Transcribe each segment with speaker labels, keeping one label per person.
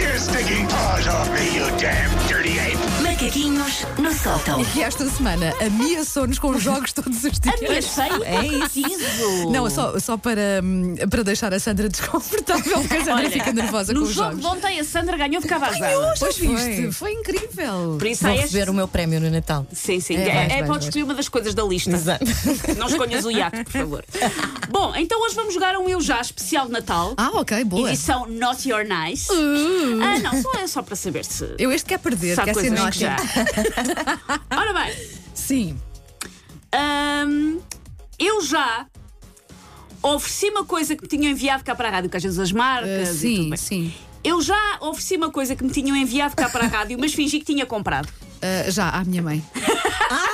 Speaker 1: fucking paws off me, you damn dirty ape!
Speaker 2: Macaquinhos no sótão.
Speaker 3: E esta semana ameaçou-nos com jogos todos os dias.
Speaker 4: Ameacei?
Speaker 3: É isso.
Speaker 4: Preciso.
Speaker 3: Não, só, só para, hum, para deixar a Sandra desconfortável, porque a Sandra
Speaker 4: Olha,
Speaker 3: fica nervosa com
Speaker 4: No
Speaker 3: os
Speaker 4: jogo
Speaker 3: jogos.
Speaker 4: de ontem a Sandra ganhou, ficava azar.
Speaker 3: Pois, viste, foi incrível.
Speaker 4: Por isso há
Speaker 5: Vou
Speaker 4: este-
Speaker 5: receber o meu prémio no Natal.
Speaker 4: Sim, sim.
Speaker 3: É,
Speaker 4: É,
Speaker 3: vais,
Speaker 4: é,
Speaker 3: vais,
Speaker 4: podes escolher uma das coisas da lista.
Speaker 5: Exato.
Speaker 4: Não escolhas o iato, por favor. Bom, então hoje vamos jogar a um Eu Já especial de Natal.
Speaker 3: Ah, ok, boa. Uh.
Speaker 4: Edição Not Your Nice. Ah, não, só é só para saber se.
Speaker 3: Eu este quer perder,
Speaker 4: se há
Speaker 3: quer ser
Speaker 4: coisas que
Speaker 3: nós.
Speaker 4: já. Ora bem,
Speaker 3: Sim.
Speaker 4: hum, eu já ofereci uma coisa que me tinham enviado cá para a rádio, que às vezes as
Speaker 3: Ah,
Speaker 4: marcas. e tudo
Speaker 3: sim,
Speaker 4: bem.
Speaker 3: sim.
Speaker 4: Eu já ofereci uma coisa que me tinham enviado cá para a rádio, mas fingi que tinha comprado.
Speaker 3: Ah, já, à minha mãe. Ah,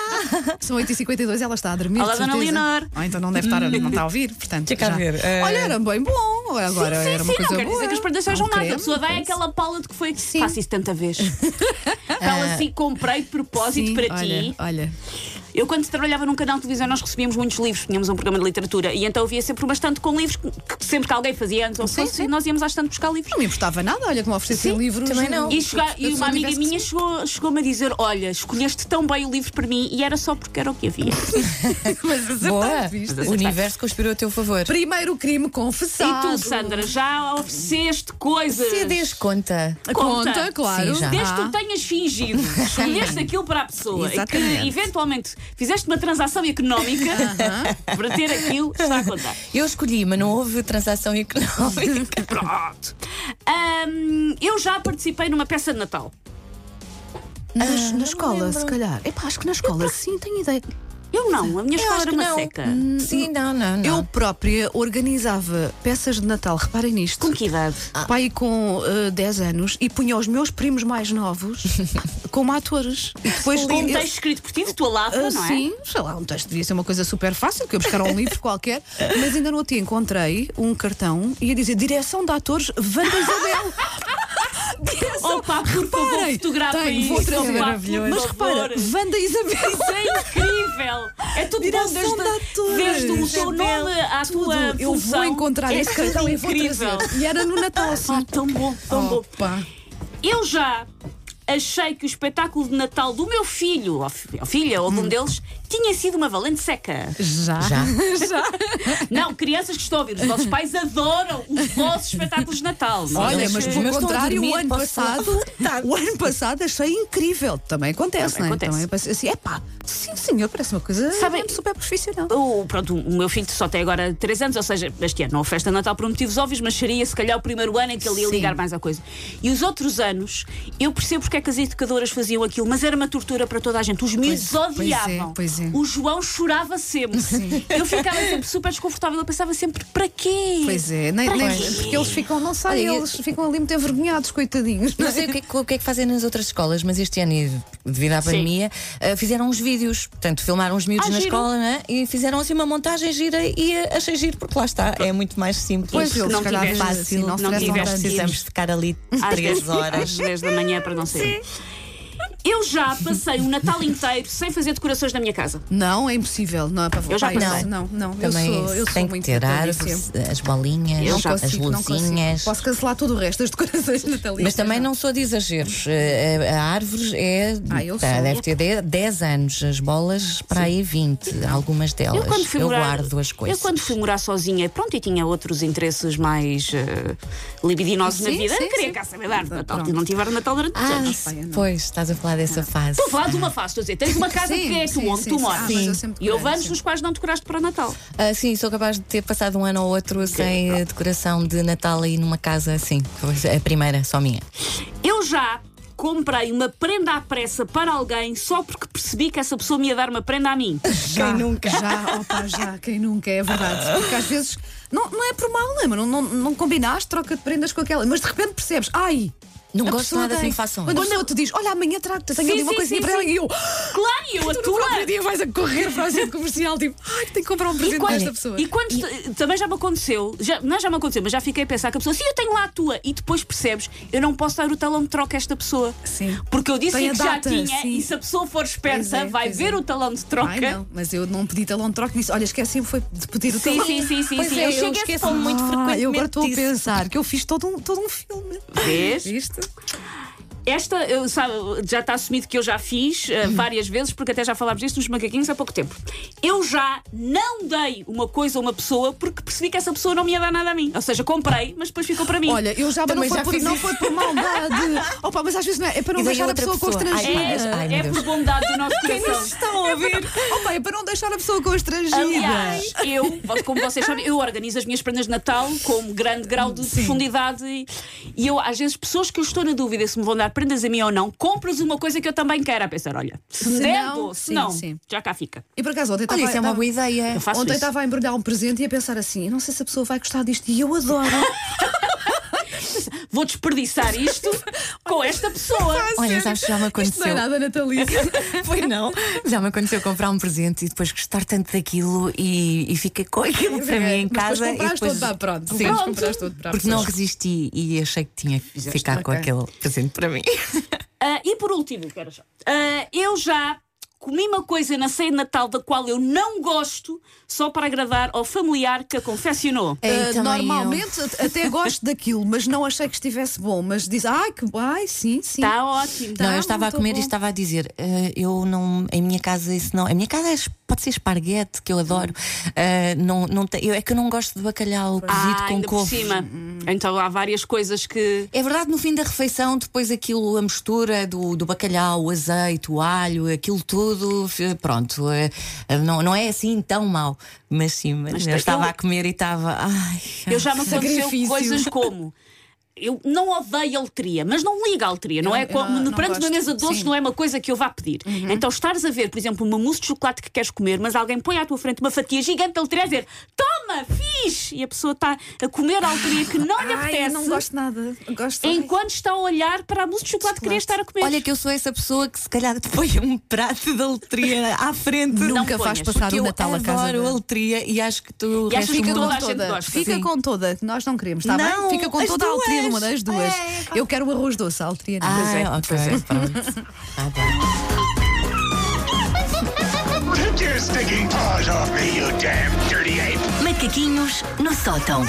Speaker 3: São 8h52, ela está a dormir.
Speaker 4: Olá,
Speaker 3: de
Speaker 4: Dona
Speaker 3: certeza.
Speaker 4: Leonor.
Speaker 3: Ah, então não deve estar, a- não está a ouvir, portanto.
Speaker 5: Deixa cá
Speaker 3: já.
Speaker 5: ver, eh,
Speaker 3: Olha, era bem bom. Agora
Speaker 4: Tipo, sim, sim,
Speaker 3: era uma
Speaker 4: não
Speaker 3: coisa
Speaker 4: quer
Speaker 3: boa.
Speaker 4: dizer que as prendas
Speaker 3: Há um
Speaker 4: sejam nada. A
Speaker 3: creme,
Speaker 4: pessoa dá
Speaker 3: parece.
Speaker 4: aquela pala de que foi que
Speaker 3: Sim. Ah.
Speaker 4: faço isso tanta vez. Fala assim, comprei de propósito
Speaker 3: Sim,
Speaker 4: para
Speaker 3: olha,
Speaker 4: ti.
Speaker 3: Olha,
Speaker 4: Eu, quando trabalhava num canal de televisão, nós recebíamos muitos livros, tínhamos um programa de literatura, e então havia sempre bastante com livros, que que sempre que alguém fazia antes ou
Speaker 3: Sim,
Speaker 4: fosse,
Speaker 3: sim.
Speaker 4: nós íamos às tantas buscar livros.
Speaker 3: não me importava nada, olha que me oferecessem
Speaker 5: Sim,
Speaker 3: livros.
Speaker 5: também não.
Speaker 4: E, chega- e
Speaker 3: Eu sou
Speaker 4: uma amiga
Speaker 3: universo-
Speaker 4: minha chegou- chegou-me a dizer: Olha, escolheste tão bem o livro para mim, e era só porque era o que havia.
Speaker 3: Mas tá
Speaker 5: Boa.
Speaker 3: acertaste, viste?
Speaker 5: O universo conspirou a teu favor.
Speaker 3: Primeiro crime
Speaker 4: e
Speaker 3: confessado.
Speaker 4: tu, Sandra, já ofereceste coisas.
Speaker 5: Se des conta.
Speaker 3: Conta,
Speaker 4: Conta.
Speaker 3: claro.
Speaker 5: Sim, já.
Speaker 4: Desde que
Speaker 3: Ah.
Speaker 4: tu tenhas fingido, escolheste aquilo para a pessoa e que
Speaker 3: Exatamente.
Speaker 4: eventualmente fizeste uma transação económica para ter aquilo, está a contar.
Speaker 5: Eu escolhi, mas não houve transação
Speaker 4: Hum.
Speaker 5: económica.
Speaker 4: Pronto. Ahm, eu já participei numa peça de Natal.
Speaker 3: Nas- na escola, se calhar. Epá, acho que na escola, sim, tenho ideia.
Speaker 4: Eu não, a minha escola era uma
Speaker 5: não.
Speaker 4: seca.
Speaker 5: Hum, Sim, não, não, não.
Speaker 3: Eu própria organizava peças de Natal, reparem nisto.
Speaker 4: Com que idade?
Speaker 3: Pai com eh, 10 anos e punha os meus primos mais novos como atores. E depois
Speaker 4: Com um
Speaker 3: eu-
Speaker 4: texto escrito por ti, de tua lava,
Speaker 3: Ah,
Speaker 4: não é?
Speaker 3: Sim, sei lá, um texto devia ser uma coisa super fácil, que eu buscar um livro qualquer, mas ainda não te encontrei um cartão e ia dizer direção de atores Wanda Isabel. Direção-
Speaker 4: Opa, Oh, por favor,
Speaker 3: Reparem,
Speaker 4: fotografa
Speaker 3: tenho,
Speaker 4: isso, é um
Speaker 3: vou trazer.
Speaker 4: opa, por
Speaker 3: Maravilhoso. Mas
Speaker 4: favor.
Speaker 3: repara, Wanda Isabel.
Speaker 4: Isso é incrível! É tudo
Speaker 3: Direção
Speaker 4: bom
Speaker 3: de
Speaker 4: desde,
Speaker 3: atores.
Speaker 4: desde o teu
Speaker 3: Isabel,
Speaker 4: nome à tua
Speaker 3: Tudo. Eu
Speaker 4: função.
Speaker 3: vou encontrar
Speaker 4: é
Speaker 3: esse cartão e vou
Speaker 4: incrível.
Speaker 3: trazer. Oh. E era no Natal,
Speaker 4: Ah,
Speaker 3: sim.
Speaker 4: tão bom, tão bom.
Speaker 3: Opa.
Speaker 4: Eu já achei que o espetáculo de Natal do meu filho, ou, fi- ou filha, ou de um
Speaker 3: Hum.
Speaker 4: deles, tinha sido uma valente seca.
Speaker 3: Já.
Speaker 5: Já.
Speaker 4: Não, crianças que estão a ouvir, os vossos pais adoram os vossos espetáculos de Natal. não é?
Speaker 3: Olha,
Speaker 5: Mas
Speaker 3: mas
Speaker 5: os
Speaker 3: pelo
Speaker 5: meus estão a
Speaker 3: contrário,
Speaker 5: dormir,
Speaker 3: o ano
Speaker 5: posso-
Speaker 3: passado, o ano passado achei incrível. Também acontece,
Speaker 4: Também
Speaker 3: não é?
Speaker 4: acontece.
Speaker 3: Também parece assim, epá, sim, senhor, parece uma coisa
Speaker 4: Sabem-
Speaker 3: super profissional.
Speaker 4: O, pronto, o meu filho só tem agora 3 anos, ou seja, este ano não houve festa de Natal por motivos óbvios, mas seria se calhar o primeiro ano em que ele ia
Speaker 3: Sim.
Speaker 4: ligar mais à coisa. E os outros anos, eu percebo porque é que as educadoras faziam aquilo, mas era uma tortura para toda a gente. Os miúdos
Speaker 3: Pois- pois é,
Speaker 4: odiavam.
Speaker 3: pois é.
Speaker 4: O João chorava sempre. Eu ficava sempre super desconfortável, eu pensava sempre, para quê?
Speaker 3: Pois é, nem,
Speaker 4: Para
Speaker 3: nem-
Speaker 4: quê?
Speaker 3: porque eles ficam, não sei,
Speaker 5: Olha, eu-
Speaker 3: eles ficam ali muito envergonhados, coitadinhos.
Speaker 5: Não sei o que, é que- o que é que fazem nas outras escolas, mas este ano, e devido à pandemia, ah, fizeram uns vídeos. Portanto, filmaram os miúdos
Speaker 4: Ah,
Speaker 5: na
Speaker 4: giro.
Speaker 5: escola né? e fizeram assim uma montagem gira e ah, achei giro, porque lá está, é muito mais simples.
Speaker 3: Pois, eles
Speaker 4: não
Speaker 3: se calhar
Speaker 4: tiveste-
Speaker 3: fazem assim,
Speaker 5: não
Speaker 3: não, se
Speaker 4: tiveste
Speaker 3: tiveste
Speaker 4: tido.
Speaker 5: precisamos ficar ali
Speaker 4: Às 10
Speaker 5: três horas.
Speaker 4: Às 10 da manhã para não sair. Eu já passei o Natal inteiro sem fazer decorações na minha casa.
Speaker 3: Não, é impossível, não é para
Speaker 4: Eu já
Speaker 3: Pá, isso,
Speaker 5: pensei.
Speaker 3: Não, não, eu
Speaker 5: Também
Speaker 3: sou, eu
Speaker 5: tem
Speaker 3: sou
Speaker 5: que
Speaker 3: muito
Speaker 5: ter
Speaker 3: natalícia.
Speaker 5: árvores, as bolinhas,
Speaker 3: Não
Speaker 5: as
Speaker 3: consigo, não
Speaker 5: luzinhas.
Speaker 3: consigo. Posso cancelar todo o resto das decorações natalinas.
Speaker 5: Mas também não sou de exageros. Eh, A, a árvore é.
Speaker 3: Ah, eu
Speaker 5: tá,
Speaker 3: sou.
Speaker 5: deve ter de- 10 anos. As bolas para aí 20. Algumas delas.
Speaker 4: Eu quando fui morar,
Speaker 5: guardo as coisas.
Speaker 4: Eu quando fui morar sozinha, pronto, e tinha outros interesses mais eh, libidinosos na
Speaker 3: Sim,
Speaker 4: vida.
Speaker 3: sim,
Speaker 4: eu queria
Speaker 3: sim.
Speaker 4: cá saber dar Natal.
Speaker 3: Pronto.
Speaker 4: E não tiveram Natal durante os
Speaker 5: Ah,
Speaker 4: anos.
Speaker 5: s-
Speaker 3: pai, eu não.
Speaker 5: pois, estás a falar dessa fase.
Speaker 4: Tu vá de uma face, estou a dizer, tens uma casa
Speaker 3: Sim,
Speaker 4: que é
Speaker 3: sim,
Speaker 4: tu onde
Speaker 3: sim,
Speaker 4: tu
Speaker 3: sim. Ah,
Speaker 4: moras.
Speaker 3: mas eu sempre
Speaker 4: E houve
Speaker 3: decorei,
Speaker 4: anos
Speaker 3: sim.
Speaker 4: nos quais não decoraste para o Natal.
Speaker 5: Ah, sim, sou capaz de ter passado um ano ou outro sem eh, decoração de Natal aí numa casa assim. Foi A primeira, só minha.
Speaker 4: Eu já comprei uma prenda à pressa para alguém só porque percebi que essa pessoa me ia dar uma prenda a mim.
Speaker 3: Já, Já, opa, já, quem nunca, é verdade. Porque às vezes, não, não é por mal, não é? Mas não, não, não combinaste troca de prendas com aquela, mas de repente percebes, ai.
Speaker 5: Não
Speaker 3: a
Speaker 5: gosto
Speaker 3: pessoa
Speaker 5: nada
Speaker 3: tem.
Speaker 5: assim, façam
Speaker 3: Quando a
Speaker 5: isso.
Speaker 3: pessoa te diz, olha, amanhã trago-te, tenho
Speaker 4: Sim,
Speaker 3: ali uma
Speaker 4: sim,
Speaker 3: coisinha
Speaker 4: sim,
Speaker 3: para ela,
Speaker 4: sim.
Speaker 3: e eu.
Speaker 4: Claro, e eu a
Speaker 3: Tu no
Speaker 4: tua.
Speaker 3: próprio dia vais a correr para a centro comercial, tipo, ai, tenho que comprar um presente para esta pessoa.
Speaker 4: E quando t- também já me aconteceu, já, não é já me aconteceu, mas já fiquei a pensar que a pessoa, sim, eu tenho lá a tua, e depois percebes, eu não posso dar o talão de troca a esta pessoa.
Speaker 3: Sim.
Speaker 4: Porque eu disse
Speaker 3: Tem a
Speaker 4: que
Speaker 3: data,
Speaker 4: já tinha,
Speaker 3: sim.
Speaker 4: e se a pessoa for
Speaker 3: Pois
Speaker 4: esperta,
Speaker 3: é,
Speaker 4: vai
Speaker 3: pois
Speaker 4: ver
Speaker 3: é.
Speaker 4: o talão de troca.
Speaker 3: Ai, não, mas eu não pedi talão de troca e disse: Olha, esqueci-me foi de pedir o
Speaker 4: Sim,
Speaker 3: talão.
Speaker 4: sim, sim, sim,
Speaker 5: Pois
Speaker 4: sim.
Speaker 5: é, eu
Speaker 4: chego a esse
Speaker 5: esqueço-me muito
Speaker 4: ponto.
Speaker 3: Ah, eu
Speaker 5: frequentemente
Speaker 3: agora estou a
Speaker 5: disso.
Speaker 3: pensar que eu fiz todo um, todo um filme.
Speaker 4: Vês?
Speaker 3: Viste?
Speaker 5: Exato.
Speaker 4: Esta eu, sabe, já está assumido que eu já fiz
Speaker 3: Hum.
Speaker 4: eh, várias vezes, porque até já falámos disto nos macaquinhos há pouco tempo. Eu já não dei uma coisa a uma pessoa porque percebi que essa pessoa não me ia dar nada a mim. Ou seja, comprei, mas depois ficou para mim.
Speaker 3: Olha, eu já, mas não
Speaker 5: Também
Speaker 3: foi,
Speaker 5: já
Speaker 3: por,
Speaker 5: fiz
Speaker 3: não
Speaker 5: isso.
Speaker 3: foi por maldade. Opa, mas às vezes não é, é para não
Speaker 5: E daí
Speaker 3: deixar a
Speaker 5: outra
Speaker 3: pessoa,
Speaker 5: pessoa.
Speaker 4: é,
Speaker 3: constrangida.
Speaker 5: Ai, mas- ai, meu
Speaker 4: é por
Speaker 5: Deus.
Speaker 4: bondade do nosso coração.
Speaker 3: estão a ouvir? Opa, é para não deixar a pessoa constrangida.
Speaker 4: Aliás, eu, como vocês sabem, eu organizo as minhas prendas de Natal com grande grau de profundidade e- e eu, às vezes, pessoas que eu estou na dúvida se me vão dar prendas a mim ou não, compras uma coisa que eu também quero a pensar, olha, se,
Speaker 3: Se
Speaker 4: der,
Speaker 3: não,
Speaker 4: dou, se
Speaker 3: sim,
Speaker 4: não,
Speaker 3: sim.
Speaker 4: já cá fica.
Speaker 3: E por acaso, ontem
Speaker 5: Olha,
Speaker 3: estava-
Speaker 5: isso é uma
Speaker 3: estava-
Speaker 5: boa ideia.
Speaker 4: Eu faço
Speaker 3: Ontem
Speaker 4: isso.
Speaker 3: estava a embrulhar um presente e a pensar assim: eu não sei se a pessoa vai gostar disto e eu adoro.
Speaker 4: Vou desperdiçar isto com esta pessoa.
Speaker 5: Olha, sabes, já me
Speaker 3: Isto não é
Speaker 5: aconteceu.
Speaker 3: nada natalício.
Speaker 5: Foi não. Já me aconteceu comprar um presente e depois gostar tanto daquilo e, e fiquei com aquilo É para mim em
Speaker 3: É Mas depois
Speaker 5: casa. e
Speaker 3: compraste
Speaker 5: depois-
Speaker 3: tudo, pá, pronto.
Speaker 5: Sim.
Speaker 3: Depois compraste tudo para a
Speaker 5: Porque
Speaker 3: pessoa.
Speaker 5: não resisti e achei que tinha que ficar com
Speaker 3: ok.
Speaker 5: aquele presente para mim.
Speaker 4: Ah, e por último, espera já. Ah, eu já comi uma coisa na ceia de Natal da qual eu não gosto só para agradar ao familiar que a confeccionou.
Speaker 5: Ei,
Speaker 3: Ah,
Speaker 5: também
Speaker 3: normalmente at- até gosto daquilo, mas não achei que estivesse bom. Mas diz, ai, que ai, sim, sim.
Speaker 4: Está ótimo.
Speaker 5: Não,
Speaker 3: Tá,
Speaker 5: eu estava a
Speaker 3: muito
Speaker 5: comer
Speaker 3: bom.
Speaker 5: e estava a dizer, eh, eu não, em minha casa isso não. A minha casa é es- pode ser esparguete, que eu adoro.
Speaker 3: Hum.
Speaker 5: Eh, não, não tem- eu, é que eu não gosto de bacalhau cozido
Speaker 4: Ah,
Speaker 5: com
Speaker 4: ainda por
Speaker 5: couve.
Speaker 4: cima.
Speaker 3: Uhum.
Speaker 4: Então há várias coisas que.
Speaker 5: É verdade, no fim da refeição, depois aquilo, a mistura do, do bacalhau, o azeite, o alho, aquilo tudo, f- pronto, eh, eh, não, não é assim tão mau. Mas sim, mas
Speaker 4: Mas
Speaker 5: eu
Speaker 4: eu-
Speaker 3: então-
Speaker 5: estava a comer e estava. Ai,
Speaker 3: Ah,
Speaker 4: Eu já me aconteceu
Speaker 3: Sacrifício.
Speaker 4: coisas como. Eu não odeio alteria, mas não ligo à alteria, não
Speaker 3: Eu-
Speaker 4: é?
Speaker 3: eu
Speaker 4: Como,
Speaker 3: não-
Speaker 4: no
Speaker 3: não
Speaker 4: pranto da
Speaker 3: gosto.
Speaker 4: mesa de doces
Speaker 3: Sim. Uhum.
Speaker 4: não é uma coisa que eu vá pedir. Então, estares a ver, por exemplo, uma mousse de chocolate que queres comer, mas alguém põe à tua frente uma fatia gigante de alteria a dizer: Toma, fixe! E a pessoa está a comer a alteria que não lhe
Speaker 3: Ai,
Speaker 4: apetece
Speaker 3: não gosto nada. Gosto
Speaker 4: enquanto está a olhar para a mousse de chocolate, que queria estar a comer.
Speaker 5: Olha, que eu sou essa pessoa que se calhar te põe um prato de letria à frente.
Speaker 4: Não
Speaker 3: Nunca faz
Speaker 4: ponhas,
Speaker 3: passar
Speaker 5: Porque
Speaker 3: o
Speaker 5: eu
Speaker 3: Natal a casa.
Speaker 5: adoro a
Speaker 3: dela.
Speaker 5: letria e acho que tu.
Speaker 4: E achas
Speaker 5: resto
Speaker 4: que
Speaker 5: do
Speaker 4: toda
Speaker 5: mundo-
Speaker 4: a gente gosta.
Speaker 3: Fica
Speaker 5: Sim.
Speaker 3: com toda, que nós não queremos, está
Speaker 5: Não,
Speaker 3: bem? Fica com
Speaker 5: as
Speaker 3: toda a altria de uma
Speaker 5: duas. É,
Speaker 3: das duas. Eu quero o arroz doce, a altria não.
Speaker 4: é,
Speaker 5: Ah, ok. pronto. Tá bom.
Speaker 1: Take your stinking paws off me, you damn dirty ape!
Speaker 2: Macaquinhos no sótão.